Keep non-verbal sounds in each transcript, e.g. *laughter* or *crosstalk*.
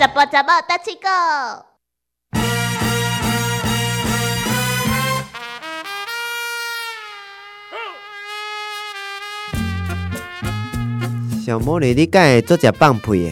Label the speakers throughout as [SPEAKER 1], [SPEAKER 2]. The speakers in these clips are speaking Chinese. [SPEAKER 1] 十八十八打七个。
[SPEAKER 2] 小魔女，你敢会做只放屁的？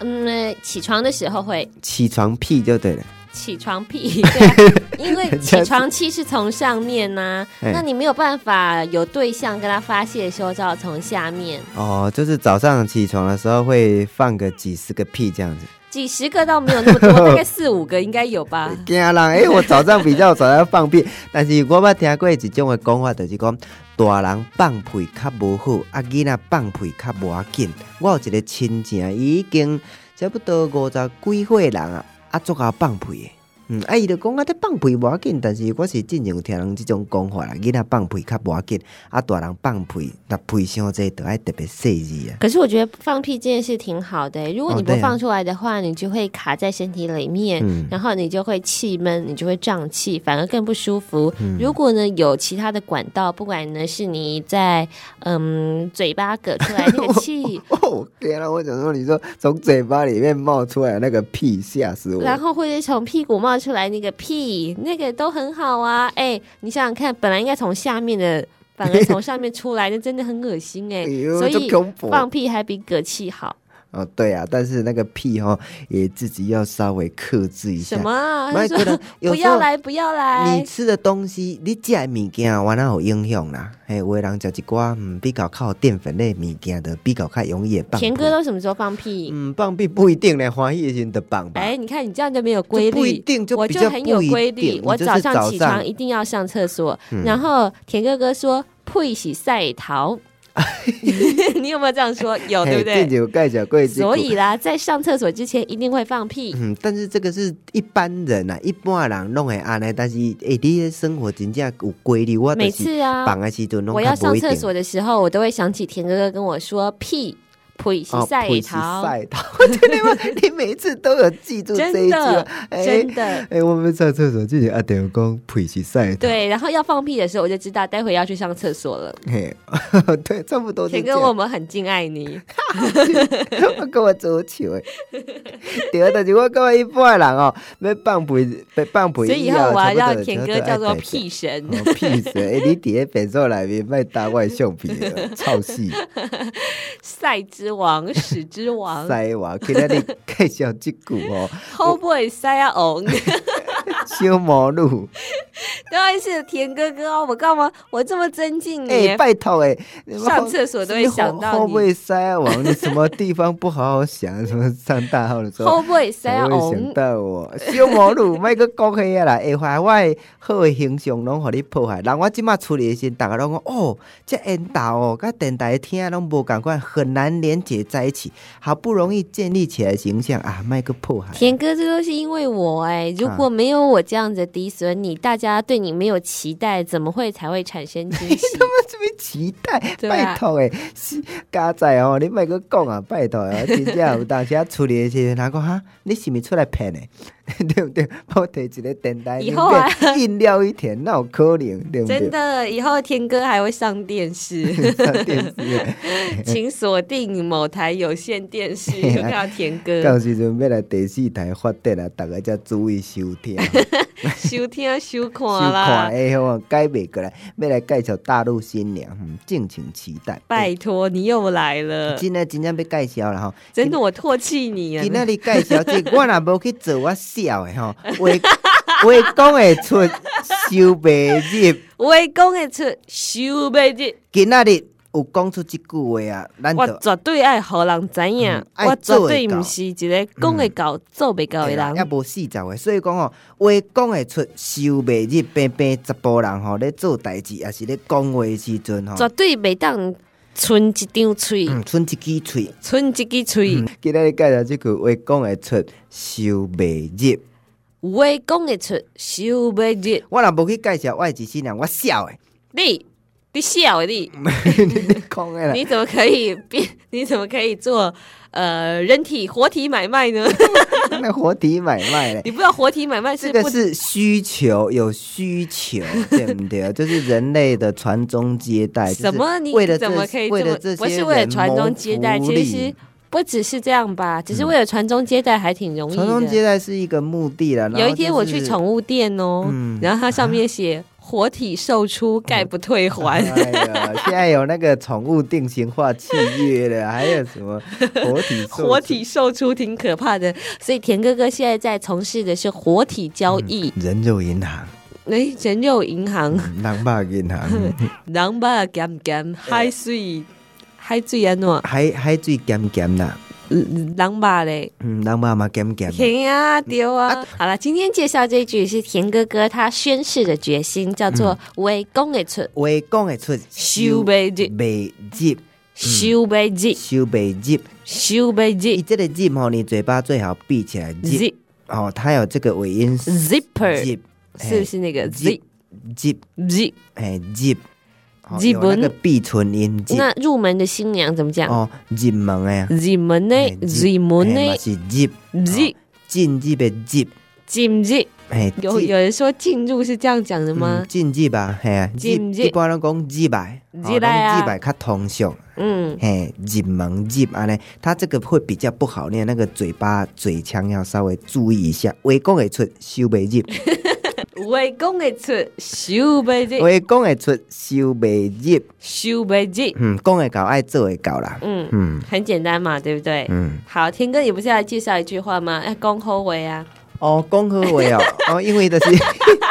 [SPEAKER 3] 嗯，起床的时候会
[SPEAKER 2] 起床屁就对了。
[SPEAKER 3] 起床
[SPEAKER 2] *laughs*
[SPEAKER 3] 屁，对啊、因为起床气是从上面
[SPEAKER 2] *laughs*
[SPEAKER 3] 呐、
[SPEAKER 2] 哎
[SPEAKER 3] 那你没有办法有对象跟他发泄的时候，只好从下面
[SPEAKER 2] 哦，就是早上起床的时候会放个几十个屁这样子。
[SPEAKER 3] 几十个倒没有那么多，大概四五个应该有吧。
[SPEAKER 2] *laughs* 惊人！哎、我早上比较早要放 *laughs* 屁，但是我捌听过一种的讲法，就是讲大人放屁较无好，啊囡仔放屁较无要紧。我有一个亲情，伊已经差不多五十几岁人啊，啊足够放屁的。嗯，啊，伊就讲啊，这放屁无要紧，但是我是真常听人即种讲法啦，囡仔放屁较无要紧，啊，大人放屁，若屁伤济，就爱特别细致啊。
[SPEAKER 3] 可是我觉得放屁这件事挺好的欸、如果
[SPEAKER 2] 哦
[SPEAKER 3] 你不
[SPEAKER 2] 对啊
[SPEAKER 3] 放出来的话，你就会卡在身体里面，
[SPEAKER 2] 嗯
[SPEAKER 3] 然后你就会气闷，你就会胀气，反而更不舒服。
[SPEAKER 2] 嗯
[SPEAKER 3] 如果呢有其他的管道，不管呢是你在嗯嘴巴嗝出来那个
[SPEAKER 2] *laughs*
[SPEAKER 3] 气。
[SPEAKER 2] *laughs* 哦，天啊！我想说，你说从嘴巴里面冒出来那个屁，吓死我了！
[SPEAKER 3] 然后或者从屁股冒出来那个屁，那个都很好啊。哎，你想想看，本来应该从下面的，反而从上面出来，那真的很恶心哎、
[SPEAKER 2] *laughs* 哎呦
[SPEAKER 3] 所
[SPEAKER 2] 这
[SPEAKER 3] 以
[SPEAKER 2] 恐怖
[SPEAKER 3] 放屁还比嗝气好。
[SPEAKER 2] 哦，对啊，但是那个屁哈、也自己要稍微克制一下。
[SPEAKER 3] 什么、啊？
[SPEAKER 2] 麦
[SPEAKER 3] 他
[SPEAKER 2] 克
[SPEAKER 3] 说
[SPEAKER 2] 的
[SPEAKER 3] *laughs*
[SPEAKER 2] 有
[SPEAKER 3] 不
[SPEAKER 2] 时候
[SPEAKER 3] 要来，不要来。
[SPEAKER 2] 你吃的东西，你食的物件，完了有影响啦。嘿，有的人食一寡嗯比较靠淀粉类的物件的，就比较较容易会放屁。
[SPEAKER 3] 田哥都什么时候放屁？
[SPEAKER 2] 嗯放屁不一定嘞，欢喜的时候就放吧。
[SPEAKER 3] 哎、你看你这样就没有规律，
[SPEAKER 2] 啊就不一定就
[SPEAKER 3] 我
[SPEAKER 2] 比较
[SPEAKER 3] 就很有规
[SPEAKER 2] 不一定
[SPEAKER 3] 律
[SPEAKER 2] 你。
[SPEAKER 3] 我
[SPEAKER 2] 就是
[SPEAKER 3] 早上
[SPEAKER 2] 早
[SPEAKER 3] 起床
[SPEAKER 2] 上嗯
[SPEAKER 3] 一定要上厕所，然后田哥哥说配洗晒
[SPEAKER 2] *laughs*
[SPEAKER 3] 桃， *laughs* 你有没有这样说？有对
[SPEAKER 2] 嘿，
[SPEAKER 3] 不
[SPEAKER 2] 这
[SPEAKER 3] 对？
[SPEAKER 2] 就盖小贵之
[SPEAKER 3] 所以啦，在上厕所之前一定会放屁。
[SPEAKER 2] 嗯，但是这个是一般人啊，一般人拢会安尼，但是诶、你的生活真正有规律，我就
[SPEAKER 3] 每
[SPEAKER 2] 嗯是
[SPEAKER 3] 次啊，
[SPEAKER 2] 放的时阵拢
[SPEAKER 3] 我
[SPEAKER 2] 较
[SPEAKER 3] 要上
[SPEAKER 2] 不一
[SPEAKER 3] 厕
[SPEAKER 2] 定
[SPEAKER 3] 所的时候，我都会想起田哥哥跟我说屁配洗
[SPEAKER 2] 哦，
[SPEAKER 3] 晒
[SPEAKER 2] 普西
[SPEAKER 3] 桃，
[SPEAKER 2] 赛 *laughs* 桃，真的
[SPEAKER 3] *laughs*
[SPEAKER 2] 吗？你每一次都有记住
[SPEAKER 3] 真
[SPEAKER 2] 这一句
[SPEAKER 3] 的
[SPEAKER 2] 啊，
[SPEAKER 3] 真的。
[SPEAKER 2] 哎、我们上厕所之前阿点讲普西赛，
[SPEAKER 3] 对，然后要放屁的时候，我就知道待会要去上厕所了。
[SPEAKER 2] 嘿， *laughs* 对，差不多是
[SPEAKER 3] 田
[SPEAKER 2] 这
[SPEAKER 3] 哥，
[SPEAKER 2] 样。
[SPEAKER 3] 我们很敬爱你。
[SPEAKER 2] *laughs* 我跟我足球诶， *laughs* 对，但是我感觉一般的人哦，要放屁，要放屁，
[SPEAKER 3] 所以以后我要让田哥叫做
[SPEAKER 2] 屁。
[SPEAKER 3] 屁神。
[SPEAKER 2] 哦、屁神！哎、你伫咧便所内面卖搭外相片了，
[SPEAKER 3] *laughs*
[SPEAKER 2] 臭死！
[SPEAKER 3] 赛之王，屎之王
[SPEAKER 2] 塞哇！今仔日介绍即句哦，
[SPEAKER 3] ，Homeboy 塞啊哦亚
[SPEAKER 2] *laughs*
[SPEAKER 3] 翁，
[SPEAKER 2] 小魔女。
[SPEAKER 3] 当然是田哥哥哦。我干嘛？我这么尊敬
[SPEAKER 2] *laughs* 哎、
[SPEAKER 3] 你，
[SPEAKER 2] 拜托哎、
[SPEAKER 3] 上厕所都会想到你
[SPEAKER 2] 后背塞王，你什么地方不好好想？什么上大号的时候
[SPEAKER 3] Homeboy 塞啊哦
[SPEAKER 2] 才
[SPEAKER 3] 亚
[SPEAKER 2] 会想
[SPEAKER 3] 翁。
[SPEAKER 2] 到我？小魔女，莫个讲迄个啦， *laughs* 会坏我的好的形象拢互你破坏。人我即马处理的时候，大家拢讲哦，这缘投哦，甲电台听的拢无共款，很难连接在一起。好不容易建立起来的形象啊，莫个破坏。
[SPEAKER 3] 田哥，这都是因为我哎、如
[SPEAKER 2] 啊
[SPEAKER 3] 果没有我这样子的损你，大家对你没有期待，怎么会才会产生惊
[SPEAKER 2] *laughs*
[SPEAKER 3] 喜？
[SPEAKER 2] 这边期待，
[SPEAKER 3] 对啊
[SPEAKER 2] 拜托诶，是家在哦，你莫个讲啊，拜托
[SPEAKER 3] *laughs*
[SPEAKER 2] 诶，真正有当时啊处理的时阵，人讲哈，你是毋是出来骗诶？ *laughs* 对不对？我摕一个电台，
[SPEAKER 3] 以后啊
[SPEAKER 2] 变饮料一天，那有可能对不
[SPEAKER 3] 真
[SPEAKER 2] *laughs* 对？
[SPEAKER 3] 的，以后田哥还会上电
[SPEAKER 2] *laughs*
[SPEAKER 3] 视，
[SPEAKER 2] 上电视，
[SPEAKER 3] 请锁定某台有线电
[SPEAKER 2] *laughs*
[SPEAKER 3] 视，
[SPEAKER 2] 哎
[SPEAKER 3] 有看到田哥
[SPEAKER 2] 到时阵要来第四台发展啊，大家才注意收听、啊
[SPEAKER 3] *laughs* 收听啊收看
[SPEAKER 2] 收
[SPEAKER 3] 啦
[SPEAKER 2] 看，。哎吼，改袂过来，要来介绍大陆新娘，嗯，敬请期待。
[SPEAKER 3] 拜托，你又来了，
[SPEAKER 2] 真的真正要介绍了吼。
[SPEAKER 3] 真的我唾弃你
[SPEAKER 2] 今仔
[SPEAKER 3] 啊！
[SPEAKER 2] 日介绍这个，我若无去做，我笑的吼， *laughs* 话话讲会出，收袂入。
[SPEAKER 3] 话讲的出收袂入，
[SPEAKER 2] 今仔日有讲出即句话啊，咱
[SPEAKER 3] 我
[SPEAKER 2] 就
[SPEAKER 3] 绝对爱互人知影，
[SPEAKER 2] 嗯爱
[SPEAKER 3] 我绝
[SPEAKER 2] 做哎
[SPEAKER 3] 对
[SPEAKER 2] 得到
[SPEAKER 3] 毋是一个讲会到、做袂到的人。
[SPEAKER 2] 也无四十岁，所以讲吼，话讲会出，收袂入，平平十甫人吼咧做代志，也是咧讲话的时阵吼
[SPEAKER 3] 绝，对袂当剩一张喙，
[SPEAKER 2] 嗯，剩一支喙。
[SPEAKER 3] 剩一支喙。
[SPEAKER 2] 今仔日介绍即句话讲会出，收袂入。
[SPEAKER 3] 话讲的出收袂入，
[SPEAKER 2] 我若无去介绍，我是新人，我
[SPEAKER 3] *laughs*
[SPEAKER 2] 笑的。 *laughs*
[SPEAKER 3] 你你笑的你，
[SPEAKER 2] 你你讲的啦，
[SPEAKER 3] 你怎么可以变？ *laughs* 你怎么可以做呃人体活体买卖呢？ *laughs*
[SPEAKER 2] 那活体买卖嘞。
[SPEAKER 3] 你不知道活体买卖是
[SPEAKER 2] 这
[SPEAKER 3] 不
[SPEAKER 2] 个是需求，有
[SPEAKER 3] *laughs*
[SPEAKER 2] 需求，对不对？就是人类的哎传宗接代，就是
[SPEAKER 3] 什么？你
[SPEAKER 2] 为了这
[SPEAKER 3] 怎么可以
[SPEAKER 2] 为
[SPEAKER 3] 这
[SPEAKER 2] 了
[SPEAKER 3] 么
[SPEAKER 2] 这？些
[SPEAKER 3] 不是为了传宗接代，
[SPEAKER 2] 人谋福
[SPEAKER 3] 其
[SPEAKER 2] 利嗯
[SPEAKER 3] 实不只是这样吧，只是为了传宗接代还挺容易
[SPEAKER 2] 传宗
[SPEAKER 3] 的。
[SPEAKER 2] 接代是一个目的啦。然后
[SPEAKER 3] 有一天我去
[SPEAKER 2] 就是
[SPEAKER 3] 宠物店哦，
[SPEAKER 2] 嗯
[SPEAKER 3] 然后它上面
[SPEAKER 2] *laughs*
[SPEAKER 3] 写“活体售出，概不退还”，
[SPEAKER 2] 哎呀， *laughs* 现在有那个宠物定型化契约了，还有
[SPEAKER 3] *laughs*
[SPEAKER 2] 什么活体受
[SPEAKER 3] *laughs* 活体售出挺可怕的。所以田哥哥现在在从事的是活体交
[SPEAKER 2] 嗯
[SPEAKER 3] 易，
[SPEAKER 2] 人肉银行、
[SPEAKER 3] 哎、人肉银行，
[SPEAKER 2] 人肉
[SPEAKER 3] *laughs*
[SPEAKER 2] 银行，
[SPEAKER 3] 人吧咸咸，海水海水安怎？
[SPEAKER 2] 海海水咸咸啦，
[SPEAKER 3] 人吧嘞。
[SPEAKER 2] 嗯，人肉嘛咸咸啦。
[SPEAKER 3] 甜啊，丢啊！好了，今天介绍这一句是田哥哥他宣誓的决心，叫做“为公给出，
[SPEAKER 2] 话讲会出，
[SPEAKER 3] 收袂入，
[SPEAKER 2] 袂入，
[SPEAKER 3] 收袂入，
[SPEAKER 2] 收袂入。
[SPEAKER 3] 收袂
[SPEAKER 2] 伊
[SPEAKER 3] 入
[SPEAKER 2] 这个入吼，你嘴巴最好闭起来入。
[SPEAKER 3] ，zip
[SPEAKER 2] 哦，它有这个尾音
[SPEAKER 3] zipper
[SPEAKER 2] 入，
[SPEAKER 3] 是不是那个哎 zip
[SPEAKER 2] 入？
[SPEAKER 3] zip？
[SPEAKER 2] 哎入，哦
[SPEAKER 3] 入
[SPEAKER 2] 有那个
[SPEAKER 3] 门
[SPEAKER 2] 闭唇音入。
[SPEAKER 3] 那入门的新娘怎么讲？
[SPEAKER 2] 哦，入门诶。
[SPEAKER 3] 入门呢？入门
[SPEAKER 2] 嘿嘛
[SPEAKER 3] 呢？
[SPEAKER 2] 是入
[SPEAKER 3] 入
[SPEAKER 2] 哦进入的入，
[SPEAKER 3] 进入？
[SPEAKER 2] 哎，
[SPEAKER 3] 有有人说进入是这样讲的
[SPEAKER 2] 入
[SPEAKER 3] 吗
[SPEAKER 2] 嗯？进入吧，嘿啊，
[SPEAKER 3] 进
[SPEAKER 2] 入
[SPEAKER 3] 入
[SPEAKER 2] 一般拢讲入来，
[SPEAKER 3] 入来啊
[SPEAKER 2] 入来较通俗，
[SPEAKER 3] 嗯，
[SPEAKER 2] 嘿，入门入安尼，他这个会比较不好念，那个嘴巴嘴腔要稍微注意一下，话讲会出，收袂入，
[SPEAKER 3] 为公给出，收袂入，
[SPEAKER 2] 话讲会出，收袂入，
[SPEAKER 3] 收袂入。
[SPEAKER 2] 嗯，讲会到爱做会到啦，
[SPEAKER 3] 嗯，
[SPEAKER 2] 嗯
[SPEAKER 3] 很简单嘛，对不对？
[SPEAKER 2] 嗯，
[SPEAKER 3] 好，天哥，你不是要介绍一句话吗？要恭候为啊，
[SPEAKER 2] 哦，讲好话哦， *laughs* 哦，因为就是
[SPEAKER 3] *laughs*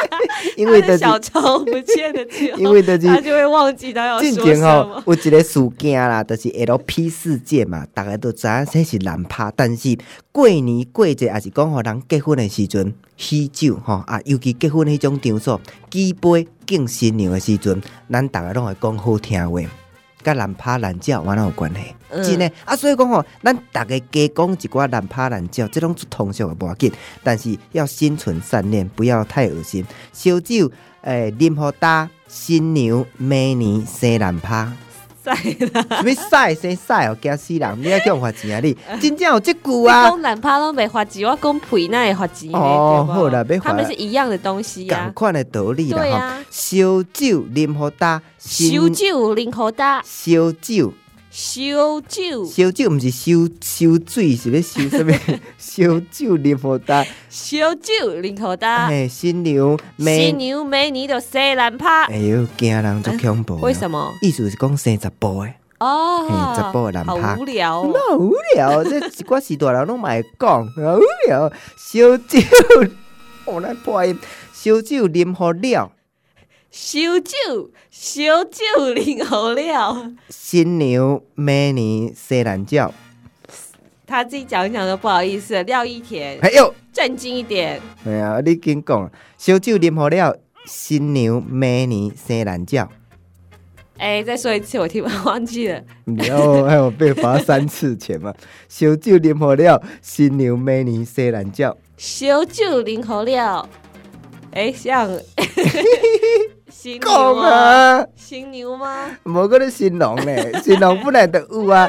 [SPEAKER 2] 因为
[SPEAKER 3] 他
[SPEAKER 2] 就
[SPEAKER 3] 的
[SPEAKER 2] 是
[SPEAKER 3] 小丑不见了之后，
[SPEAKER 2] 因为就是
[SPEAKER 3] 他就会忘记他要
[SPEAKER 2] 进
[SPEAKER 3] 说
[SPEAKER 2] 前
[SPEAKER 3] 什
[SPEAKER 2] 吼
[SPEAKER 3] 么。
[SPEAKER 2] 有一个事件啦，就是 L P 事件嘛，大家都知影这是难拍，但是过年过节也是讲，互人结婚的时阵喜酒吼啊，尤其结婚迄种场所，举杯敬新娘的时阵，咱大家拢会讲好听话。甲难拍难照，完哪有关系？
[SPEAKER 3] 嗯
[SPEAKER 2] 真诶啊！所以讲吼，咱大家加讲一寡难拍难照，即拢是通俗诶，无要紧。但是要心存善念，不要太恶心。烧酒，诶、啉好大，新娘每年生难拍，
[SPEAKER 3] *laughs* 在啦，
[SPEAKER 2] 什么晒生晒哦，惊死人！你爱叫我罚钱
[SPEAKER 3] *laughs*
[SPEAKER 2] 啊你！真正有这句
[SPEAKER 3] 你
[SPEAKER 2] 啊，
[SPEAKER 3] 讲懒趴拢没花钱，我讲赔那也花钱呢。
[SPEAKER 2] 哦
[SPEAKER 3] 对不
[SPEAKER 2] 好啦别花
[SPEAKER 3] 他们是一样的东西啊
[SPEAKER 2] 共
[SPEAKER 3] 呀。
[SPEAKER 2] 款诶道理啦
[SPEAKER 3] 对
[SPEAKER 2] 吼。
[SPEAKER 3] 啊
[SPEAKER 2] 烧酒，啉好大，
[SPEAKER 3] 烧
[SPEAKER 2] 新
[SPEAKER 3] 酒零头大，
[SPEAKER 2] 烧酒，
[SPEAKER 3] 烧酒
[SPEAKER 2] 烧酒毋是烧烧水，是要烧什么？ *laughs* 烧酒啉好大，
[SPEAKER 3] 烧酒零头大，
[SPEAKER 2] 哎，新娘每
[SPEAKER 3] 新娘美女都生懒趴
[SPEAKER 2] 哎，呦，惊人足恐怖。哦
[SPEAKER 3] 为什？么？
[SPEAKER 2] 意思是讲生十步诶，
[SPEAKER 3] 哦
[SPEAKER 2] 嘿，十步的懒趴
[SPEAKER 3] 好无聊哦。
[SPEAKER 2] 那无 *laughs* 聊，这一寡时大人拢嘛会讲，好无聊。烧酒， *laughs* 我来破音。烧酒啉好了，
[SPEAKER 3] 烧酒，烧酒零头了。
[SPEAKER 2] 新娘每年生懒觉。
[SPEAKER 3] 他自己讲一讲都不好意思了，廖一田
[SPEAKER 2] 哎呦，
[SPEAKER 3] 震惊一点，
[SPEAKER 2] 哎呀，你紧讲，烧酒啉好了，新娘每年生懒 *laughs* 觉。
[SPEAKER 3] 哎、再说一次，我听忘记了，
[SPEAKER 2] 然后还有哦哎被罚三次钱嘛。 *laughs* 烧酒啉好了，新娘每年生懒觉。
[SPEAKER 3] 小酒零猴料，哎、像 *laughs* 新
[SPEAKER 2] 讲
[SPEAKER 3] 牛吗？
[SPEAKER 2] 啊！
[SPEAKER 3] 新牛吗？
[SPEAKER 2] 无嗰咧新郎
[SPEAKER 3] *laughs*
[SPEAKER 2] 咧，新郎本来就有啊。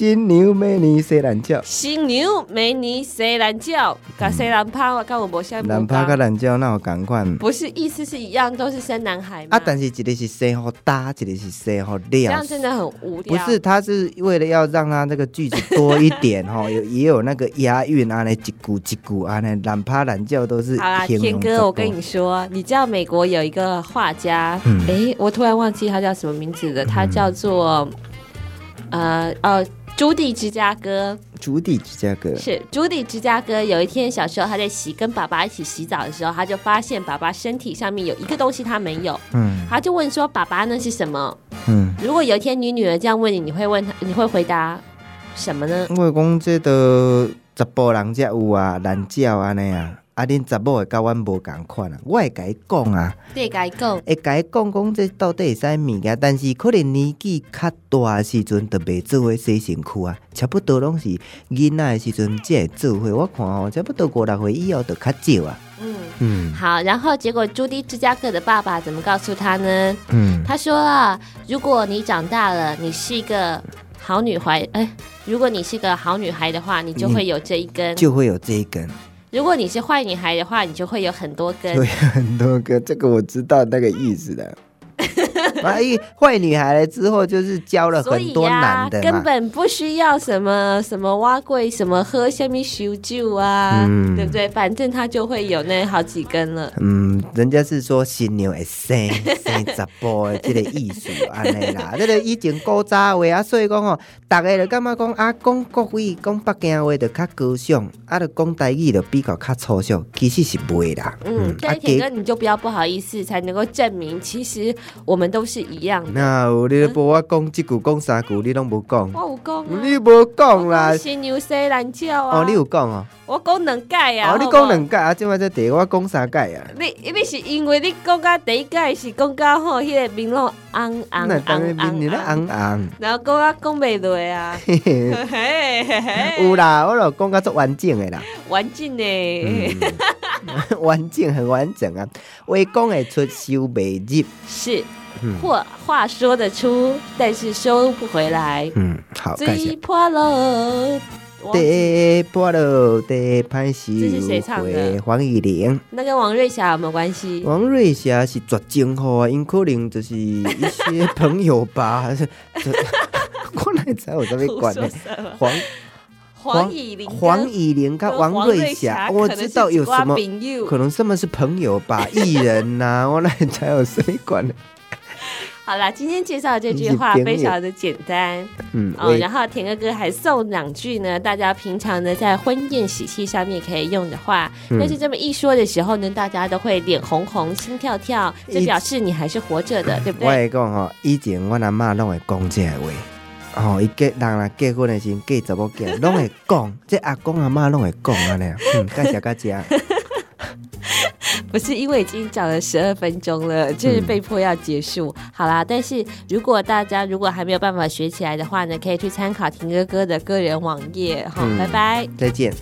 [SPEAKER 2] 新娘每年洗懒
[SPEAKER 3] *laughs*
[SPEAKER 2] 觉，
[SPEAKER 3] 新牛美女谁懒觉？跟谁懒趴？我跟我无相
[SPEAKER 2] 男拍甲懒觉哪有
[SPEAKER 3] *laughs*
[SPEAKER 2] 共款？
[SPEAKER 3] 不是意思是一样，都是生男孩吗？
[SPEAKER 2] 啊，但是一个是洗好搭，一个是洗好
[SPEAKER 3] 这
[SPEAKER 2] 料
[SPEAKER 3] 样。真的很无
[SPEAKER 2] 不
[SPEAKER 3] 聊。
[SPEAKER 2] 是，他是为了要让他那个句子多一点哈， *laughs* 有也有那个押韵啊，那一句一句啊，那懒趴懒觉都是
[SPEAKER 3] 好啦，
[SPEAKER 2] 形
[SPEAKER 3] 天
[SPEAKER 2] 容
[SPEAKER 3] 哥，
[SPEAKER 2] 这
[SPEAKER 3] 我跟
[SPEAKER 2] 个
[SPEAKER 3] 你说，你知道美国有一个画家，哎、
[SPEAKER 2] 嗯
[SPEAKER 3] 我突然忘记他叫什么名字了，他叫做、呃呃朱迪芝加哥，
[SPEAKER 2] 主体芝加哥，
[SPEAKER 3] 是朱迪芝加哥。有一天小时候他在洗跟爸爸一起洗澡的时候，他就发现爸爸身体上面有一个东西他没有，
[SPEAKER 2] 嗯
[SPEAKER 3] 他就问说：“爸爸那是什么
[SPEAKER 2] 嗯，？”
[SPEAKER 3] 如果有一天你女儿这样问你，你会问他，你会回答什么呢？
[SPEAKER 2] 我讲这都十甫人才有啊，懒觉安尼啊，啊恁十某会甲阮无共款啊，我会甲伊讲啊。
[SPEAKER 3] 对该够
[SPEAKER 2] 会甲伊讲讲这到底是啥物件，但是可能年纪较大的时阵，就袂做伙洗身躯啊，差不多拢是囡仔的时阵才会做伙。我看吼、差不多五六岁以后就较少啊。
[SPEAKER 3] 嗯。
[SPEAKER 2] 嗯
[SPEAKER 3] 好，然后结果朱迪芝加哥的爸爸怎么告诉他呢？
[SPEAKER 2] 嗯，
[SPEAKER 3] 他说啊，如果你长大了，你是一个好女孩，哎，如果你是个好女孩的话，你就会有这一根；
[SPEAKER 2] 就会有这一根，
[SPEAKER 3] 如果你是坏女孩的话，你就会有很多根
[SPEAKER 2] 就。会有很多个。这个我知道那个意思的。啊，一坏女孩了之后，就是交了
[SPEAKER 3] 所
[SPEAKER 2] 很
[SPEAKER 3] 以
[SPEAKER 2] 多
[SPEAKER 3] 呀、
[SPEAKER 2] 男的嘛
[SPEAKER 3] 根。本不需要什么什么蛙柜，什么喝下面修酒啊，
[SPEAKER 2] 嗯
[SPEAKER 3] 对不对？反正他就会有那好几根了。
[SPEAKER 2] 嗯，人家是说新娘会
[SPEAKER 3] *laughs*
[SPEAKER 2] 生生十波的这个意思，安尼啦，这个以前古早话啊，所以讲吼，大家就感觉讲啊，讲国语、讲北京话就较高尚，啊，就讲台语就比较较粗俗，其实是袂啦。
[SPEAKER 3] 嗯，但
[SPEAKER 2] 啊，
[SPEAKER 3] 是铁
[SPEAKER 2] 给
[SPEAKER 3] 哥你就不要不好意思，才能够证明其实我们都是一样的。
[SPEAKER 2] 那有你无我讲即句讲三句，你拢无讲，
[SPEAKER 3] 我有讲啊，
[SPEAKER 2] 你无讲
[SPEAKER 3] 我
[SPEAKER 2] 啦
[SPEAKER 3] 有。新牛西兰椒啊，
[SPEAKER 2] 哦，你有讲哦，
[SPEAKER 3] 我讲两届啊，
[SPEAKER 2] 哦，你
[SPEAKER 3] 好不好
[SPEAKER 2] 讲。两届啊，即摆才第一我讲三届啊。
[SPEAKER 3] 你你是因为你讲到第一届是讲到吼，迄、个面拢红红
[SPEAKER 2] 那
[SPEAKER 3] 红
[SPEAKER 2] 当
[SPEAKER 3] 红
[SPEAKER 2] 然面你那
[SPEAKER 3] 红，
[SPEAKER 2] 红红，
[SPEAKER 3] 然后讲啊讲袂落啊，
[SPEAKER 2] *laughs* 嘿
[SPEAKER 3] 嘿
[SPEAKER 2] 嘿
[SPEAKER 3] 嘿嘿嘿
[SPEAKER 2] 有啦，我就讲到足完整的啦。
[SPEAKER 3] 完整呢。
[SPEAKER 2] 嗯 *laughs* 完整很完整啊，话讲会出收袂入。
[SPEAKER 3] *laughs* 是
[SPEAKER 2] 嗯，
[SPEAKER 3] 话话说得出，但是收不回来。
[SPEAKER 2] 嗯，好，感
[SPEAKER 3] 最
[SPEAKER 2] 谢。
[SPEAKER 3] 破了，忘记
[SPEAKER 2] 第波罗第潘西
[SPEAKER 3] 这是谁唱的
[SPEAKER 2] 黄以玲、
[SPEAKER 3] 那跟王瑞霞有没有关系？
[SPEAKER 2] 王瑞霞是绝情好啊，因可能就是一些朋友吧。 *laughs* 这我哪知有啥物
[SPEAKER 3] 胡
[SPEAKER 2] 关
[SPEAKER 3] 说
[SPEAKER 2] 呢？
[SPEAKER 3] 什么？
[SPEAKER 2] 黄
[SPEAKER 3] 黄以玲跟、
[SPEAKER 2] 黄以玲跟
[SPEAKER 3] 跟
[SPEAKER 2] 王瑞霞，我知道有什么，可能他们是朋友吧，艺人呐、我哪知有啥物关呢？
[SPEAKER 3] 好啦，今天介绍这句话
[SPEAKER 2] 你是朋
[SPEAKER 3] 非
[SPEAKER 2] 友
[SPEAKER 3] 常的简单
[SPEAKER 2] 嗯，
[SPEAKER 3] 哦。
[SPEAKER 2] 喂
[SPEAKER 3] 然后田哥哥还送两句呢，大家平常呢在婚宴喜气上面可以用的话，
[SPEAKER 2] 嗯
[SPEAKER 3] 但是这么一说的时候呢，大家都会脸红红、心跳跳，这
[SPEAKER 2] 一
[SPEAKER 3] 表示你还是活着的，对不
[SPEAKER 2] 我
[SPEAKER 3] 对？
[SPEAKER 2] 会讲吼，以前阮阿嬷拢会讲这个话，吼、伊结人若结婚的时候，嫁查某囝拢会讲，这阿公阿嬷拢会讲安尼，嗯，感谢大家。
[SPEAKER 3] 不是因为已经讲了十二分钟
[SPEAKER 2] 嗯
[SPEAKER 3] 了，就是被迫要结束。好啦，但是如果大家如果还没有办法学起来的话呢，可以去参考婷哥哥的个人网页。好，
[SPEAKER 2] 嗯
[SPEAKER 3] 拜拜。
[SPEAKER 2] 再见。